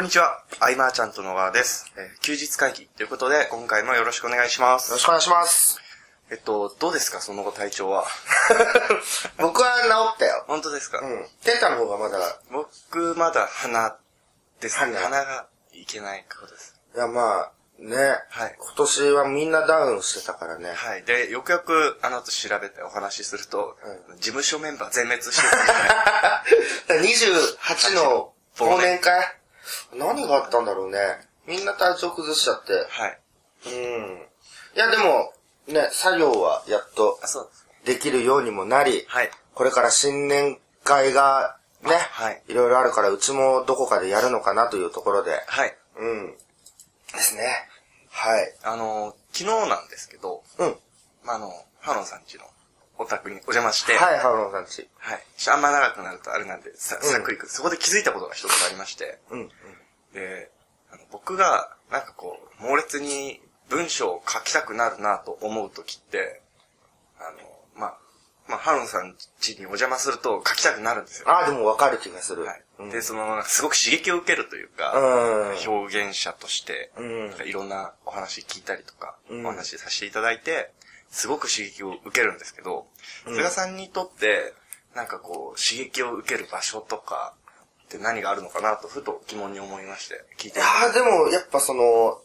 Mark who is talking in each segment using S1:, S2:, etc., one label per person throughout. S1: んにちは。アイマーちゃんと野川です。えー休日会議ということで、今回もよろしくお願いしま
S2: よろ
S1: す
S2: し。くお願いします。
S1: えっと、どうですかその後体調 は。
S2: 僕は治ったよ。
S1: 本当ですか、
S2: うん。テンタの方がまだ、
S1: 僕、まだ鼻ですね。
S2: 鼻
S1: 鼻がいけないことです。
S2: いやまあ、ね。
S1: はい
S2: 今年はみんなダウンしてたからね。
S1: はい。で、よくよくあの後調べてお話しすると、
S2: う
S1: 事務所メンバー全滅して た、
S2: 28の
S1: 忘
S2: 忘
S1: 年
S2: 年会何があったんだろうね。みんな体調崩しちゃって。
S1: はい。
S2: うん。いやでも、ね、作業はやっと
S1: あ、そうです。
S2: できるようにもなり、
S1: はい。
S2: これから新年会がね、
S1: はい
S2: いろいろあるから、うちもどこかでやるのかなというところで。
S1: はい。
S2: うん。ですね。はい。
S1: あの、昨日なんですけど、
S2: うん。はい、
S1: まあ、あの、ハロンさんちのお宅にお邪魔して、
S2: ハウロンさんち。
S1: はい。ちょあんま長くなるとあれなんで、さ、
S2: うん
S1: さっくりくる。そこで気づいたことが一つありまして、
S2: うん。
S1: で、あの僕が、なんかこう、猛烈に文章を書きたくなるなと思うときって、あの、まあ、まあ、ハロンさん家にお邪魔すると書きたくなるんですよ、
S2: ああ、でもわかる気がする。
S1: はい。
S2: うん
S1: で、その、なんかすごく刺激を受けるというか、
S2: う
S1: 表現者として、
S2: ん。
S1: なんかいろんなお話聞いたりとか、
S2: うん
S1: お話させていただいて、すごく刺激を受けるんですけど、
S2: うん
S1: 菅さんにとって、なんかこう、刺激を受ける場所とかって何があるのかなと、ふと疑問に思いまして、聞い
S2: い
S1: て
S2: やーでも、やっぱその、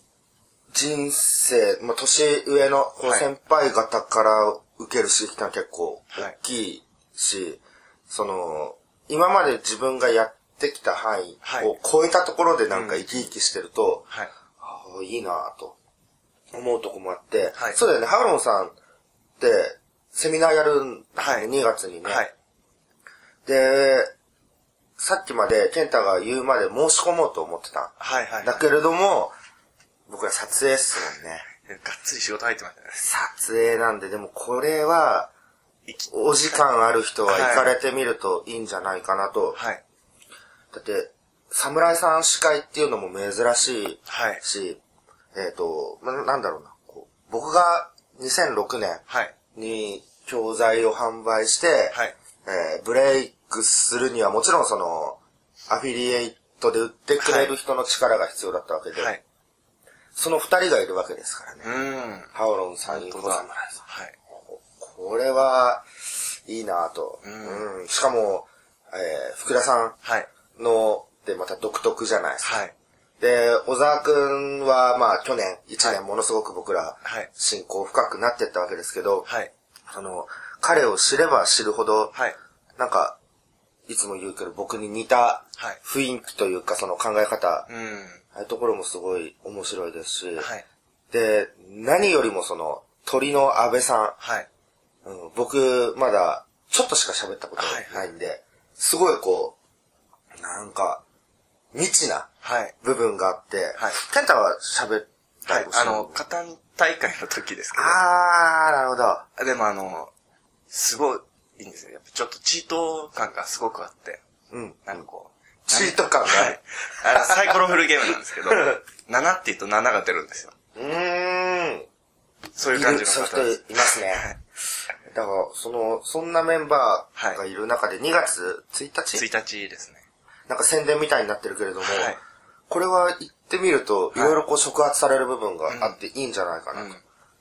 S2: 人生、まあ、年上のこう
S1: はい
S2: 先輩方から受ける刺激ってのは結構
S1: はい
S2: 大きいし、その、今まで自分がやってきた範囲
S1: はい
S2: を超えたところでなんか生き生きしてると、
S1: はい。
S2: ああ、いいなぁと思うとこもあって、
S1: はい
S2: そうだよね、ハウロンさんってセミナーやるんだ
S1: はい
S2: よね、2月にね。
S1: はい。
S2: で、さっきまで健太が言うまで申し込もうと思ってた。
S1: はいはい。
S2: だけれども、僕ら撮影っすもんね。
S1: がっつり仕事入ってましたね。
S2: 撮影なんで、でもこれは、
S1: 生き
S2: お時間ある人は
S1: はい
S2: 行かれてみるといいんじゃないかなと。
S1: はい。
S2: だって、侍さん司会っていうのも珍しい
S1: はい。
S2: し、えっ、と、まなんだろうな、こう僕が2006年
S1: はい。
S2: に教材を販売して、
S1: はい。
S2: えーブレイクするにはもちろんその、アフィリエイトで売ってくれる人の力が必要だったわけで、
S1: はい。
S2: その二人がいるわけですからね。
S1: うーん。
S2: ハオロンさん、イコ
S1: 本当
S2: 侍
S1: だ
S2: さん。
S1: はい。
S2: これは、いいなぁと、
S1: うん
S2: うんしかも、えー福田さ
S1: はい。
S2: んの、でまた独特じゃないですか。
S1: はい。
S2: で、小沢くんは、まあ、去年、一年ものすごく僕ら、
S1: はい
S2: 信仰深くなってったわけですけど、
S1: はい。
S2: あの、彼を知れば知るほど、
S1: はい。
S2: なんか、いつも言うけど、僕に似た
S1: はい
S2: 雰囲気というか、その考え方、
S1: うーん。
S2: ああいうところもすごい面白いですし、
S1: はい。
S2: で、何よりもその、鳥の安倍さ
S1: はい。
S2: ん、うん僕、まだ、ちょっとしか喋ったことないんで、すごいこう、なんか、未知な
S1: はい。
S2: 部分があって、
S1: はい
S2: ケンタは喋った
S1: はい
S2: りも。し
S1: あ
S2: てる
S1: の、カタン大会の時ですけど。
S2: あー、なるほど。
S1: あでもあの、すごいいいんですよ。やっぱちょっとチート感がすごくあって、
S2: うん。
S1: なんかこう。
S2: チート感が
S1: はい。あのサイコロフルゲームなんですけ ど、7って言うと7が出るんですよ。
S2: うーん。
S1: そういう
S2: い
S1: 感じ
S2: る
S1: の
S2: そういう
S1: 方です。
S2: 人いますね。だから、その、そんなメンバ
S1: はい
S2: ーがいる中で2月1日、
S1: 1日ですね。
S2: なんか宣伝みたいになってるけれども、
S1: はい
S2: これは行ってみると、
S1: い
S2: いろいろこう触発される部分があっていいんじゃないかなと。
S1: うん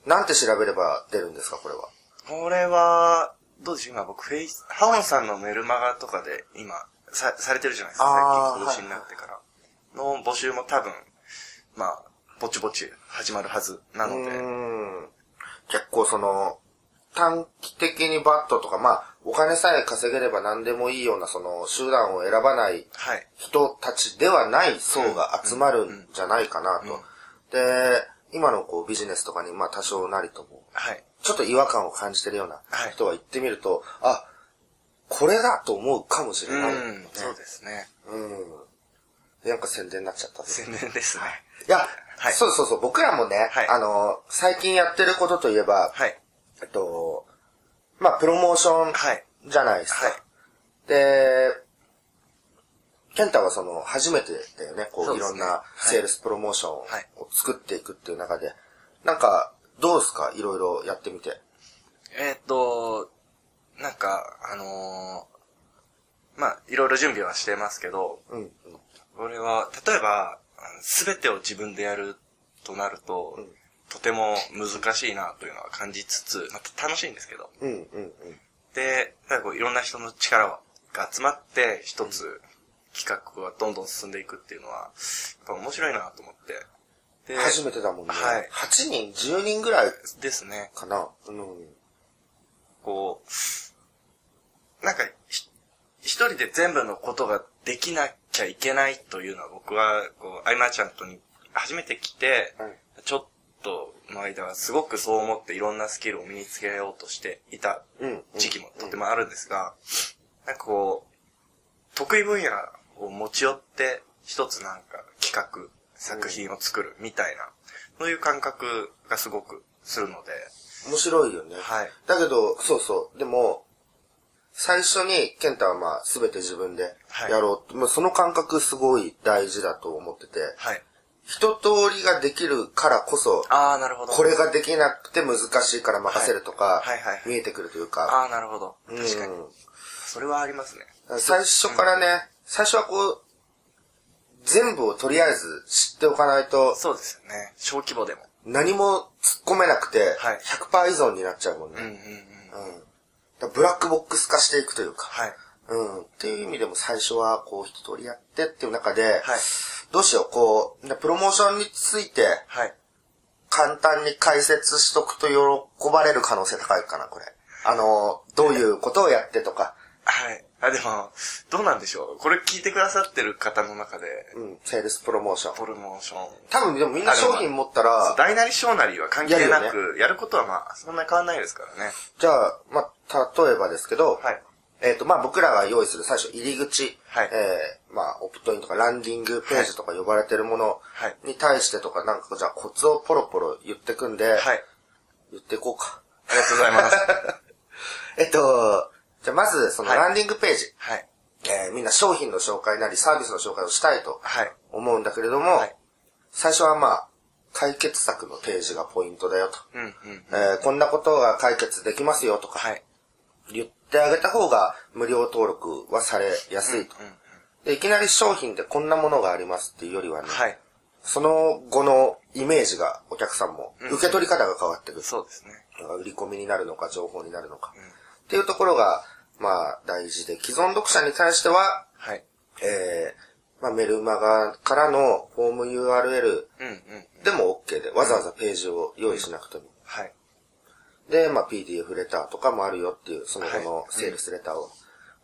S2: なんて調べれば出るんですか、これは。
S1: これは、どうでしょう今僕、フェイス、ハオンさんのメルマガとかで今、さ、されてるじゃないですか。
S2: あ
S1: 最
S2: ー
S1: 近更新になってから。の募集も多分、まあ、ぼちぼち始まるはずなの
S2: う
S1: で、
S2: ーん結構その、短期的にバットとか、まあ、お金さえ稼げれば何でもいいような、その、集団を選ばない
S1: はい。
S2: 人たちではない層が集まるんじゃないかなと。で、今のこうビジネスとかにまあ多少なりとも、
S1: はい。
S2: ちょっと違和感を感じてるような
S1: はい
S2: 人は言ってみると、あ、これだと思うかもしれない、
S1: うん、そうですね。
S2: うん。なんか宣伝になっちゃったね。
S1: 宣伝ですね。
S2: いや、
S1: はい
S2: そうそうそう、僕らもね、
S1: はい
S2: あの、最近やってることといえば、
S1: はい。
S2: えっと、まあ、プロモーション
S1: はい。
S2: じゃないですか。
S1: はい
S2: で、ケンタはその、初めてだよね、こ
S1: そう
S2: う、
S1: で
S2: い
S1: すね
S2: ろんなセールスプロモーションを
S1: はい
S2: 作っていくっていう中で、なんか、どうですかいろいろやってみて。
S1: えーっ、と、なんか、あのーまあ、いろいろ準備はしてますけど、
S2: うん。
S1: 俺は、例えば、すべてを自分でやるとなると、
S2: うん
S1: とても難しいなというのは感じつつ、また楽しいんですけど。
S2: うんうんうん。
S1: で、なんかこういろんな人の力が集まって、一つ企画がどんどん進んでいくっていうのは、やっぱ面白いなと思って。で、
S2: 初めてだもんね。
S1: はい
S2: 8人、10人ぐらい
S1: ですね。
S2: かな。うん。
S1: こう、なんか、ひ一人で全部のことができなきゃいけないというのは僕は、こう、アイマーちゃんとに初めて来て、
S2: はい
S1: ちょっとの間はすごくそう思っていろんなスキルを身につけようとしていた
S2: うん。
S1: 時期もとてもあるんですが、なんかこう、得意分野を持ち寄って、一つなんか企画、作品を作るみたいな、そういう感覚がすごくするので、
S2: 面白いよね。
S1: はい。
S2: だけど、そうそう。でも、最初に、ケンタはまあ、すべて自分で
S1: はい
S2: やろう。まあその感覚すごい大事だと思ってて、
S1: はい。
S2: 一通りができるからこそ、
S1: ああ、なるほど。
S2: これができなくて難しいから任せるとか
S1: はいはいはいは、い
S2: 見えてくるというか、
S1: ああ、なるほど。
S2: う
S1: 確
S2: ん
S1: かに。それはありますね。
S2: 最初からね、最初はこう、全部をとりあえず知っておかないと、
S1: そうですよね。小規模でも。
S2: 何も突っ込めなくて
S1: はい、
S2: 100%依存になっちゃうもん
S1: うんうん
S2: ね。
S1: うん。
S2: うん。だからブラックボックス化していくというか。
S1: はい。
S2: うん。っていう意味でも最初はこう一通りやってっていう中で、
S1: はい。
S2: どうしよう、こう、プロモーションについて
S1: はい。
S2: 簡単に解説しとくと喜ばれる可能性高いかな、これ。あの、どういうことをやってとか、
S1: はい。あ、でも、どうなんでしょう。これ聞いてくださってる方の中で、
S2: うん、セールスプロモーション。
S1: ポルモーション。
S2: 多分でもみんな商品持ったら、
S1: 大なり小なりは関係
S2: や
S1: な
S2: る
S1: く、やることはまあ、そんなに変わんないですからね。
S2: じゃあ、まあ、例えばですけど、
S1: はい。
S2: えっ、と、まあ、僕らが用意する最初、入り口、
S1: はい
S2: えーまあ、オプトインとかランディングページとか呼ばれてるもの
S1: はい
S2: に対してとか、なんか、じゃあ、コツをポロポロ言ってくんで、
S1: はい。
S2: 言っていこうか。
S1: ありがとうございます。
S2: えっと、じゃあ、まず、その
S1: はい
S2: ランディングページ、
S1: はい。
S2: えーみんな商品の紹介なり、サービスの紹介をしたいと
S1: はい。
S2: 思うんだけれども、
S1: はい
S2: 最初はまあ、解決策のページがポイントだよと。
S1: うんうん。
S2: えーこんなことが解決できますよとか、
S1: はい。
S2: 言ってあげた方が無料登録はされやすいと。
S1: うん。
S2: でいきなり商品でこんなものがありますっていうよりはね、
S1: はい。
S2: その後のイメージがお客さんも、
S1: うん
S2: 受け取り方が変わってくる。
S1: そうですね。
S2: 売り込みになるのか、情報になるのか。
S1: うん
S2: っていうところが、まあ、大事で、既存読者に対しては、
S1: はい。
S2: えー、まあ、メルマガからのフォーム URL
S1: うんうん。
S2: でも OK で、わざわざページを用意しなくても。
S1: はい。
S2: で、まあ、PDF レターとかもあるよっていう、その後のセールスレターを。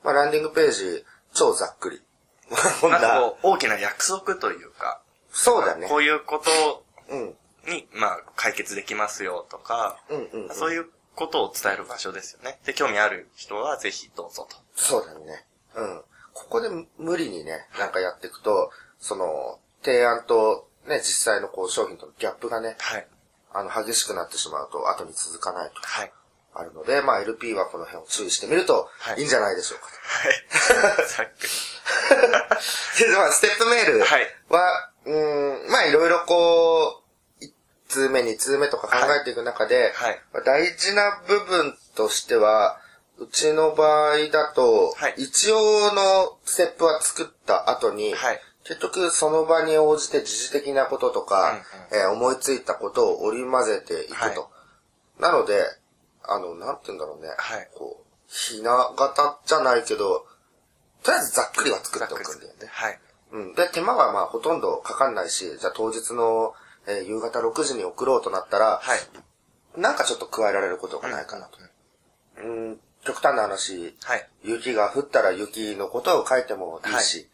S2: まあ、ランディングページ、超ざっくり。 こん
S1: なんか
S2: な、
S1: こう、大きな約束というか、
S2: そうだね
S1: こ。ういうこと
S2: うん。
S1: に、まあ、解決できますよとか、
S2: うんうん、うん。
S1: そういうことを伝える場所ですよね。で、興味ある人はぜひどうぞと。
S2: そうだね。うん。ここで無理にね、なんかやっていくと、その、提案と、ね、実際のこう商品とのギャップがね、
S1: はい。
S2: あの、激しくなってしまうと、後に続かないとか
S1: はい。
S2: あるので、まあ、LP はこの辺を注意してみると
S1: は、い
S2: いいんじゃないでしょうか。
S1: はい。 ざっくり
S2: で、 まあ、ステップメールは、
S1: はいう
S2: ーん、まあ、いろいろこう、1通目、2通目とか考えていく中で、
S1: はい
S2: まあ大事な部分としては、うちの場合だと、
S1: はい
S2: 一応のステップは作った後に、
S1: はい
S2: 結局その場に応じて時事的なこととか、えー思いついたことを織り交ぜていくと。
S1: は
S2: なので、あの、なんて言うんだろうね。
S1: はい
S2: こう、ひな型じゃないけど、とりあえずざっくりは作
S1: ざ
S2: っ
S1: って
S2: お
S1: くり
S2: く
S1: す
S2: んだよ
S1: る
S2: ね。
S1: はい。
S2: うん。で、手間はまあほとんどかかんないし、じゃあ当日の、えー夕方6時に送ろうとなったら、
S1: はい。
S2: なんかちょっと加えられることがないかなと。うん、極端な話、
S1: はい。
S2: 雪が降ったら雪のことを書いてもいいし、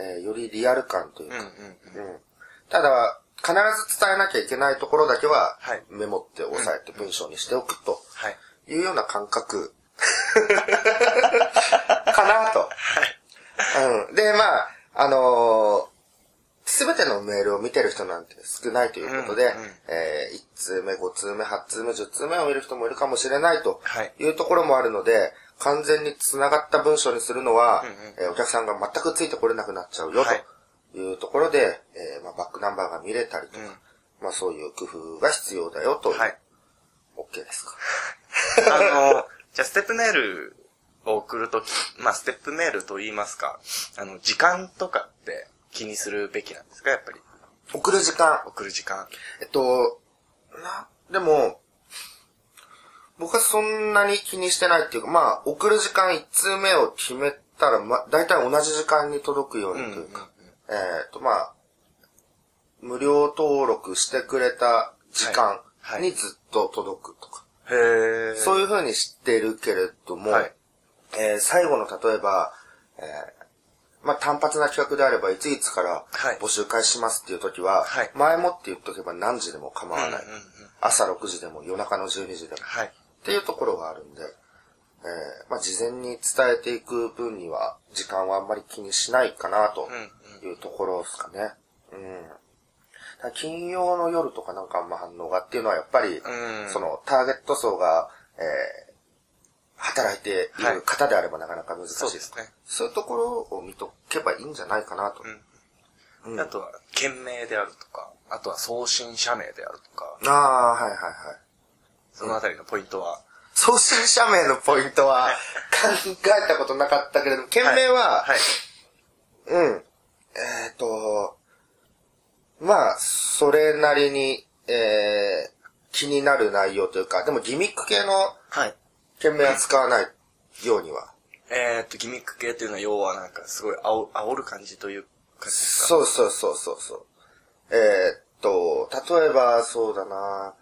S2: えーよりリアル感という
S1: うんう
S2: か、
S1: んうん。
S2: うんただ、必ず伝えなきゃいけないところだけは
S1: はい、
S2: メモって押さえて文章にしておくと
S1: はい。
S2: いうような感覚、 かなと。うん。で、まあ、あのすべてのメールを見てる人なんて少ないということで、
S1: うんうん
S2: え1通目、5通目、8通目、10通目を見る人もいるかもしれないと
S1: はい
S2: いうところもあるので、完全に繋がった文章にするのは、
S1: うんうん
S2: えーお客さんが全くついてこれなくなっちゃうよ
S1: はい
S2: というところで、えーまあ、バックナンバーが見れたりとか、
S1: うん
S2: まあ、そういう工夫が必要だよという、
S1: はい。
S2: OK ですか。
S1: あの、じゃあステップメールを送るとき、まあ、ステップメールと言いますか、あの、時間とかって気にするべきなんですかやっぱり。
S2: 送る時間。
S1: 送る時間。
S2: えっと、な、でも、僕はそんなに気にしてないっていうか、まあ、送る時間1通目を決めたら、ま、大体同じ時間に届くようにというか、えっと、まあ、無料登録してくれた時間
S1: はいはい
S2: にずっと届くとか、
S1: へえ。
S2: そういう風にしてるけれども、
S1: はい
S2: えー最後の例えば、えーまあ、単発な企画であれば、いついつから
S1: はい
S2: 募集開始しますっていう時は、
S1: はい
S2: 前もって言っとけば何時でも構わない。
S1: うんうんうん
S2: 朝6時でも夜中の12時でも。
S1: はい。
S2: っていうところがあるんで、えーまあ、事前に伝えていく分には、時間はあんまり気にしないかな、というところですかね。うん。ただ金曜の夜とかなんかあんま反応がっていうのはやっぱり、
S1: うん
S2: そのターゲット層が、えー働いてい
S1: はい
S2: る方であればなかなか難しい
S1: そうですね。
S2: そういうところを見とけばいいんじゃないかなと。うん
S1: あとは、件名であるとか、あとは送信者名であるとか、
S2: ああ、はいはいはい。
S1: そのあたりのポイントは、
S2: 送信者名のポイントは考えたことなかったけれども、件名は、
S1: はい。
S2: うん。えっ、と、まあ、それなりに、えー、気になる内容というか、でもギミック系の
S1: はい。
S2: 件名は使わないようには。
S1: えー、っと、ギミック系というのは、要はなんか、すごい煽、煽る感じというか、
S2: そうそうそうそうそう。えーっと、例えば、そうだな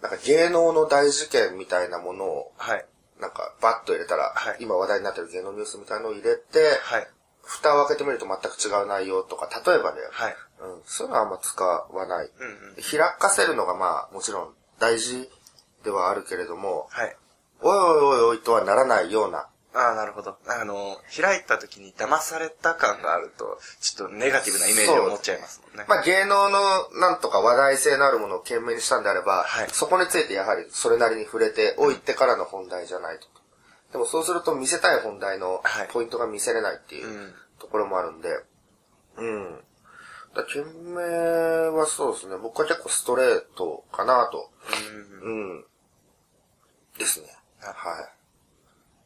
S2: なんか芸能の大事件みたいなものを、
S1: はい。
S2: なんかバッと入れたら、
S1: はい
S2: 今話題になってる芸能ニュースみたいなのを入れて、
S1: はい。
S2: 蓋を開けてみると全く違う内容とか、例えばね、
S1: はい。
S2: うん、そういうのはあんま使わない。
S1: うんうん。
S2: 開かせるのがまあ、もちろん大事ではあるけれども、
S1: はい。
S2: おいおいおいおいとはならないような、
S1: ああ、なるほど。あの、開いた時に騙された感があると、ちょっとネガティブなイメージを持っちゃいますもんね。
S2: まあ芸能のなんとか話題性のあるものを懸命にしたんであれば、
S1: はい
S2: そこについてやはりそれなりに触れておいてからの本題じゃないと。でもそうすると見せたい本題の
S1: はい。
S2: ポイントが見せれないっていううんところもあるんで、うん。だ懸命はそうですね、僕は結構ストレートかなと。
S1: うん。
S2: うん。ですね。
S1: あ
S2: はい。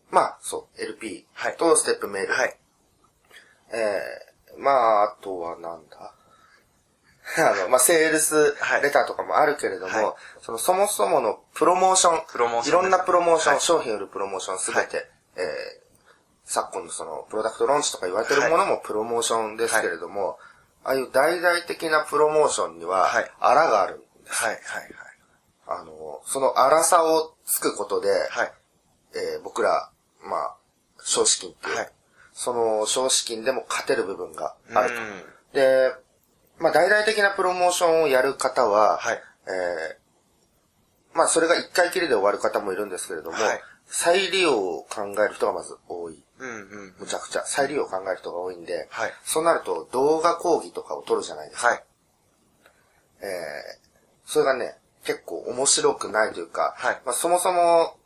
S2: まあ、そう、LP
S1: はい
S2: とステップメール。
S1: はい。
S2: えーまあ、あとはなんだ あの、まあ、セールス
S1: はい
S2: レターとかもあるけれども、
S1: はい
S2: その、そもそものプロモーション。
S1: プロモーション
S2: いろんなプロモーション、
S1: はい
S2: 商品売るプロモーションすべて、えー昨今のその、プロダクトローンチとか言われてるものもプロモーションですけれども、ああいう大々的なプロモーションには、
S1: はい
S2: あらがある。
S1: はい。はい。
S2: あの、その荒さをつくことで、
S1: はい。
S2: えー僕ら、まあ、少子金っていう、
S1: はい
S2: その少子金でも勝てる部分があ
S1: はい。
S2: ると。
S1: うん
S2: で、まあ、大々的なプロモーションをやる方は、
S1: はい
S2: えーまあ、それが一回きりで終わる方もいるんですけれども、
S1: はい
S2: 再利用を考える人がまず多い。
S1: うんうん。
S2: むちゃくちゃ。再利用を考える人が多いんで、
S1: はい
S2: そうなると動画講義とかを撮るじゃないですか。
S1: はい。
S2: えーそれがね、結構面白くないというか、
S1: はい
S2: まあ、そもそも、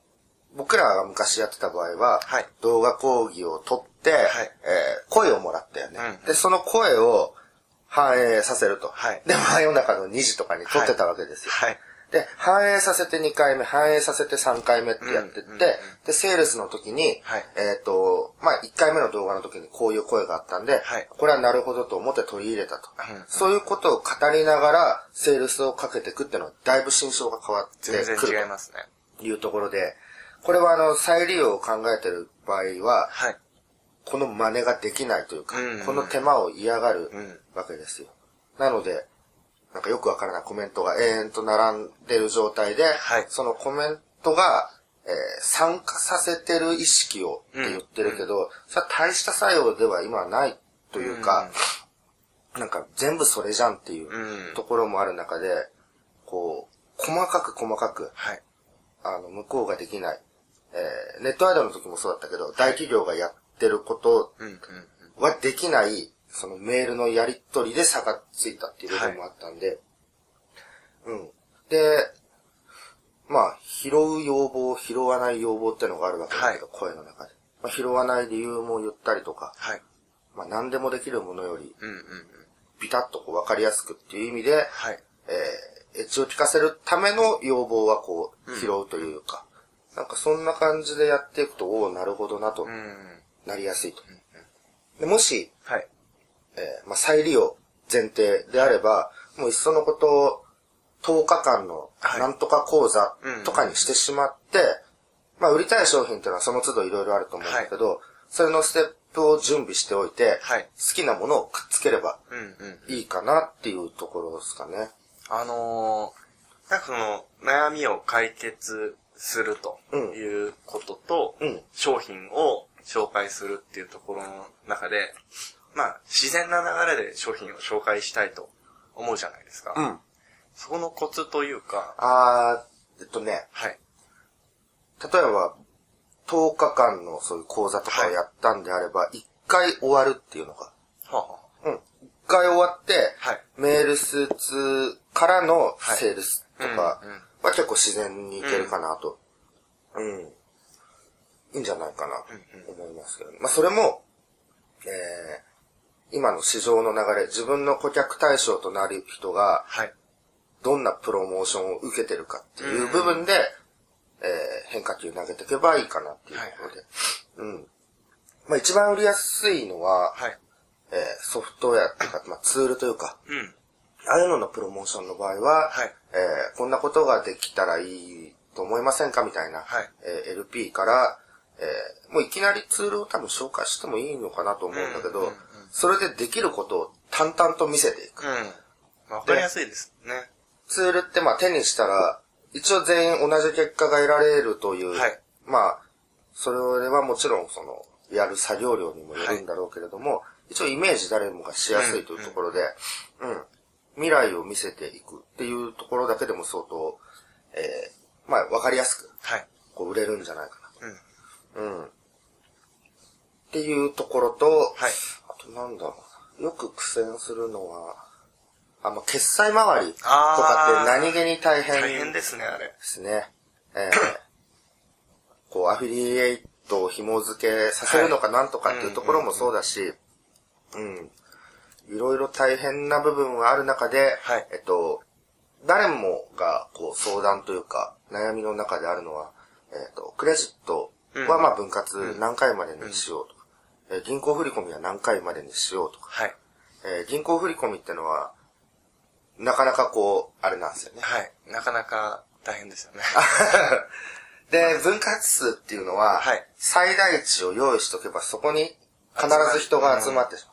S2: 僕らが昔やってた場合は、
S1: はい
S2: 動画講義を撮って、えー声をもらったよね、
S1: うん
S2: で、その声を反映させると。
S1: はい
S2: で、真夜中の2時とかに撮ってたわけですよ。
S1: はい。
S2: で、反映させて2回目、反映させて3回目ってやってっ
S1: う
S2: て、
S1: んうんうん
S2: で、セールスの時に、
S1: はい
S2: えっ、と、まあ、1回目の動画の時にこういう声があったんで、
S1: はい
S2: これはなるほどと思って取り入れたと、
S1: うんうん
S2: そういうことを語りながら、セールスをかけていくっていうのは、だいぶ心象が変わって
S1: 全然
S2: く
S1: 違い
S2: る
S1: ますね。
S2: というところで、これはあの、再利用を考えてる場合は、
S1: はい。
S2: この真似ができないというか、
S1: うんうん
S2: この手間を嫌がる
S1: うん
S2: わけですよ。なので、なんかよくわからないコメントが延々と並んでる状態で、
S1: はい
S2: そのコメントが、えー参加させてる意識をって言ってるけど、それは大した作用では今はないというか、なんか全部それじゃんっていう
S1: うん
S2: ところもある中で、こう、細かく細かく、
S1: はい。
S2: あの、向こうができない。えーネットアイドルの時もそうだったけど、大企業がやってること
S1: うんうんうん。
S2: はできない、そのメールのやり取りで差がついたっていう部分もあったんで、うん。で、まあ、拾う要望、拾わない要望ってのがあるわけだけど、声の中で。まあ、拾わない理由も言ったりとか、
S1: はい。
S2: まあ、何でもできるものより、
S1: うんうんうん。
S2: ビタッとこう分かりやすくっていう意味で、
S1: はい。
S2: えーエッジを効かせるための要望はこう、拾うというか、なんかそんな感じでやっていくと、おお、なるほどなと
S1: う、ん。
S2: なりやすいと。でもし、
S1: はい。
S2: えーまあ、再利用前提であれば、もういっそのこと、10日間の
S1: はい
S2: なんとか講座とかにしてしまって、まあ、売りたい商品っていうのはその都度いろいろあると思うんだけど、それのステップを準備しておいて、
S1: はい
S2: 好きなものをくっつければ
S1: うんうん。
S2: いいかなっていうところですかね。
S1: あのー、なんかその、悩みを解決すると
S2: うん
S1: いうことと、
S2: うん
S1: 商品を紹介するっていうところの中で、まあ、自然な流れで商品を紹介したいと思うじゃないですか。
S2: うん。
S1: そこのコツというか、
S2: あー、えっとね、
S1: はい。
S2: 例えば、10日間のそういう講座とかをやったんであれば、1回終わるっていうのが。
S1: はあ、は
S2: うん。1回終わって、
S1: はい
S2: メールスーツからの
S1: はい
S2: セールスとか
S1: うんうん
S2: は結構自然にいけるかなと。うん。いいんじゃないかなと思いますけど、ねまあそれも、えー、今の市場の流れ、自分の顧客対象となる人が、
S1: あはい。
S2: どんなプロモーションを受けてるかっていう部分で、えー変化球投げていけばいいかなっていうところで。うん。まあ一番売りやすいのは、
S1: はい。
S2: えーソフトウェアとか、まあツールというか、
S1: うん。
S2: ああいうののプロモーションの場合は、
S1: はい
S2: えーこんなことができたらいいと思いませんかみたいな、
S1: はい
S2: えー LP から、えーもういきなりツールを多分紹介してもいいのかなと思うんだけど、
S1: うんうんうん
S2: それでできることを淡々と見せていく。
S1: うん。わかりやすいですね。
S2: ツールってまあ手にしたら、一応全員同じ結果が得られるという、
S1: はい
S2: まあ、それはもちろんその、やる作業量にもよるんだろうけれども、一応イメージ誰もがしやすいというところで、うん、未来を見せていくっていうところだけでも相当、えーまあ、わかりやすく、
S1: はい。
S2: こう売れるんじゃないか
S1: うん。
S2: な。うん。っていうところと、
S1: はい。
S2: あとなんだろうな。よく苦戦するのは、あ、まあ、決済周りと
S1: あ
S2: か
S1: ー
S2: って何気に大変
S1: 大変
S2: で
S1: ですね、あれ。
S2: すね。えー こう、アフィリエイトを紐付けさせるのかなんとかっていうところもそうだし、うん。いろいろ大変な部分はある中で、
S1: はい
S2: えっと、誰もがこう相談というか悩みの中であるのは、えっと、クレジットはまあ分割何回までにしようとか、えー銀行振込は何回までにしようとか、
S1: はい。
S2: えー銀行振込ってのは、なかなかこう、あれなんですよね。
S1: はい。なかなか大変ですよね。
S2: で、分割数っていうのは、
S1: はい
S2: 最大値を用意しとけば、そこに必ず人が集まってしま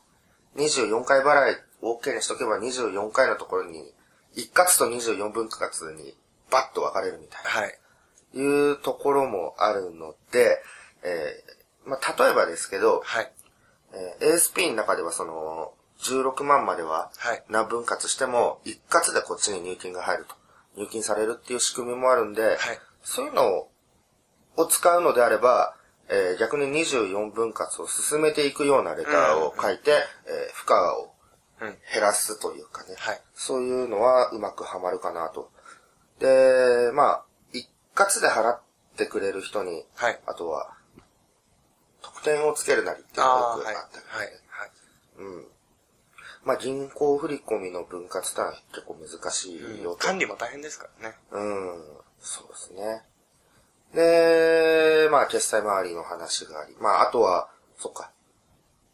S2: う。24回払いを OK にしとけば、24回のところに、一括と24分割に、バッと分かれるみたいな。
S1: はい。
S2: いうところもあるので、えーまあ、例えばですけど、
S1: はい。
S2: えー ASP の中ではその、16万までは
S1: はい、
S2: 何分割しても、一括でこっちに入金が入ると。入金されるっていう仕組みもあるんで、そういうのをを使うのであれば、えー逆に24分割を進めていくようなレターを書いて、えー負荷を
S1: うん
S2: 減らすというかね、
S1: はい
S2: そういうのはうまくはまるかなと。で、まあ、一括で払ってくれる人に、
S1: はい。
S2: あとは、得点をつけるなりっていうのが
S1: ああ
S2: よ
S1: ー、
S2: く
S1: はい。
S2: あ
S1: は
S2: ったり、
S1: い。はい。
S2: うん。まあ、銀行振込の分割ってのは結構難しいよと。
S1: 管理も大変ですからね。
S2: うん、そうですね。で、まあ、決済周りの話があり、まあ、あとは、そっか、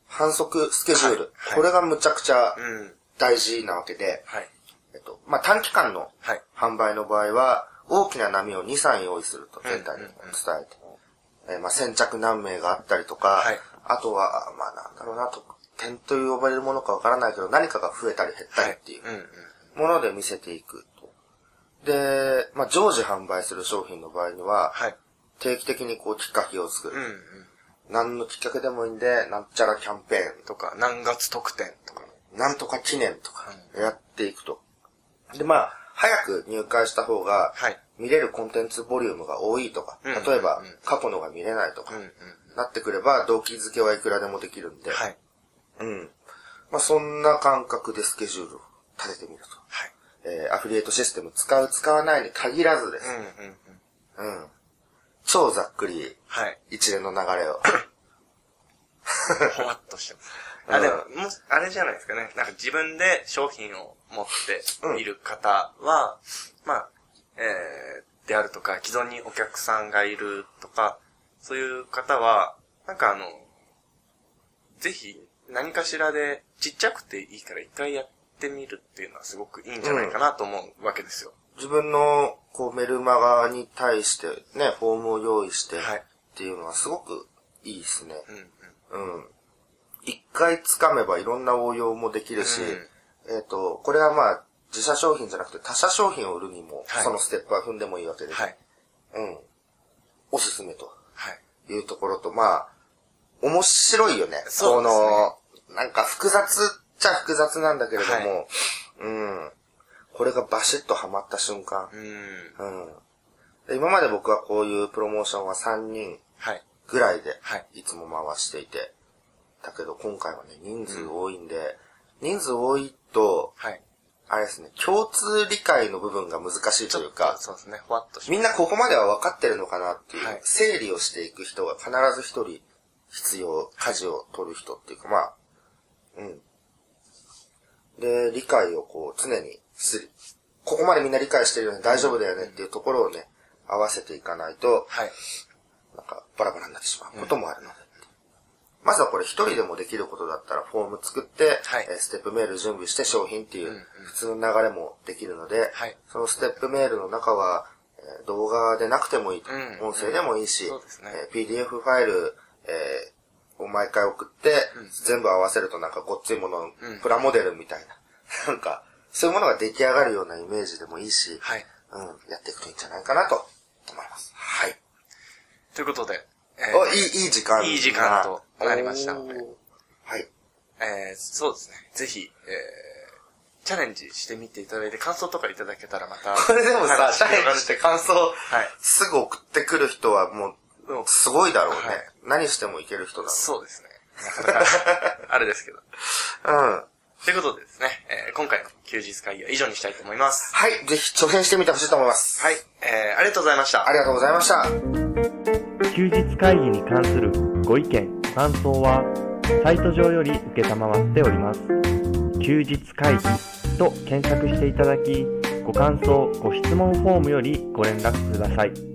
S2: 反則スケジュール。
S1: はいはい
S2: これがむちゃくちゃ
S1: うん。
S2: 大事なわけで、
S1: はい。
S2: えっと、まあ、短期間の
S1: はい。
S2: 販売の場合は、大きな波を2、3用意すると、
S1: うん
S2: 全体に伝えて。えーまあ、先着何名があったりとか、
S1: はい
S2: あとは、まあ、なんだろうな、特典と呼ばれるものかわからないけど、何かが増えたり減ったりっていう
S1: うんうん。
S2: もので見せていくと。で、まあ、常時販売する商品の場合には、
S1: はい。
S2: 定期的にこうきっかけを作
S1: うん
S2: る。
S1: うん。
S2: 何のきっかけでもいいんで、なんちゃらキャンペー
S1: とか、何月特典とか。
S2: ン、なんとか記念とか、やっていくと。で、まあ、早く入会した方が、
S1: はい。
S2: 見れるコンテンツボリュームが多いとか、
S1: うん
S2: 例えば
S1: うん
S2: 過去のが見れないとか
S1: うん、うん。
S2: なってくれば動機づけはいくらでもできるんで、
S1: はい。
S2: うん。まあ、そんな感覚でスケジュールを立ててみると。
S1: はい。
S2: えーアフィリエイトシステム使う使わないに限らずです
S1: う。んうんうん。
S2: うん。超ざっくり、
S1: はい。
S2: 一連の流 れを。
S1: ほわっとしてます。あ、でも、もしあれじゃないですかね。なんか自分で商品を持っている方は、まあ、えー、であるとか、既存にお客さんがいるとか、そういう方は、なんかあの、ぜひ何かしらでちっちゃくていいから一回やってみるっていうのはすごくいいんじゃないかなと思うわけですよ。
S2: 自分の、こう、メルマガに対して、ね、フォームを用意して、っ
S1: はい
S2: ていうのはすごくいいですね。
S1: うん、うん。
S2: うん。一回掴めばいろんな応用もできるし、
S1: う
S2: えっ、と、これはまあ、自社商品じゃなくて他社商品を売るにも、
S1: はい
S2: そのステップは踏んでもいいわけです。
S1: はい。
S2: うん。おすすめと
S1: はい。
S2: いうところと、まあ、面白いよね。
S1: そうですね
S2: この、なんか複雑っちゃ複雑なんだけれども、うん。これがバシッとハマった瞬間、
S1: うん。
S2: うん。で今まで僕はこういうプロモーションは3人
S1: はい。
S2: ぐらいで
S1: はい、
S2: いつも回していて、だけど今回はね、人数多いんで、人数多いと、
S1: はい。
S2: あれですね、共通理解の部分が難しいというか、
S1: そうですね。ふわっとし
S2: みんなここまでは分かってるのかなっていう、
S1: はい
S2: 整理をしていく人が必ず一人必要、舵を取る人っていうか、まあ、うん。で、理解をこう常にする。ここまでみんな理解してるよね、大丈夫だよねっていうところをね、合わせていかないと、
S1: はい。
S2: なんかバラバラになってしまうこともあるので。まずはこれ一人でもできることだったらフォーム作って、
S1: はい
S2: えーステップメール準備して商品ってい
S1: うんう
S2: うん普通の流れもできるので、
S1: はい
S2: そのステップメールの中は、えー動画でなくてもいいと、
S1: うん
S2: 音声でもいいし、
S1: そうですね
S2: えー PDF ファイル、えーを毎回送って、全部合わせるとなんかごっついもの、
S1: うん
S2: プラモデルみたいな、 なんか、そういうものが出来上がるようなイメージでもいいし、
S1: はい。
S2: うん、やっていくといいんじゃないかなと思います。はい。
S1: ということで、えー
S2: お、いい、いい時間。
S1: いい時間となりましたので
S2: おーはい。
S1: えーそうですね。ぜひ、えーチャレンジしてみていただいて、感想とかいただけたらまた。
S2: これでもさ、
S1: 話
S2: チャ
S1: 広が
S2: レ
S1: る
S2: ンジして感想、
S1: はい。
S2: すぐ送ってくる人はも
S1: う、
S2: うんすごいだろうね
S1: はい。
S2: 何してもいける人だ
S1: そうですね。なか なかあれですけど。
S2: ろう。うん。
S1: ということでですね、えー今回の休日会議は以上にしたいと思います。
S2: はい、ぜひ挑戦してみてほしいと思います。
S1: はい。えー、ありがとうございました
S2: あ。りがとうございました。
S3: 休日会議に関するご意見、ご感想は、サイト上より受けたまわっております。休日会議と検索していただき、ご感想、ご質問フォームよりご連絡ください。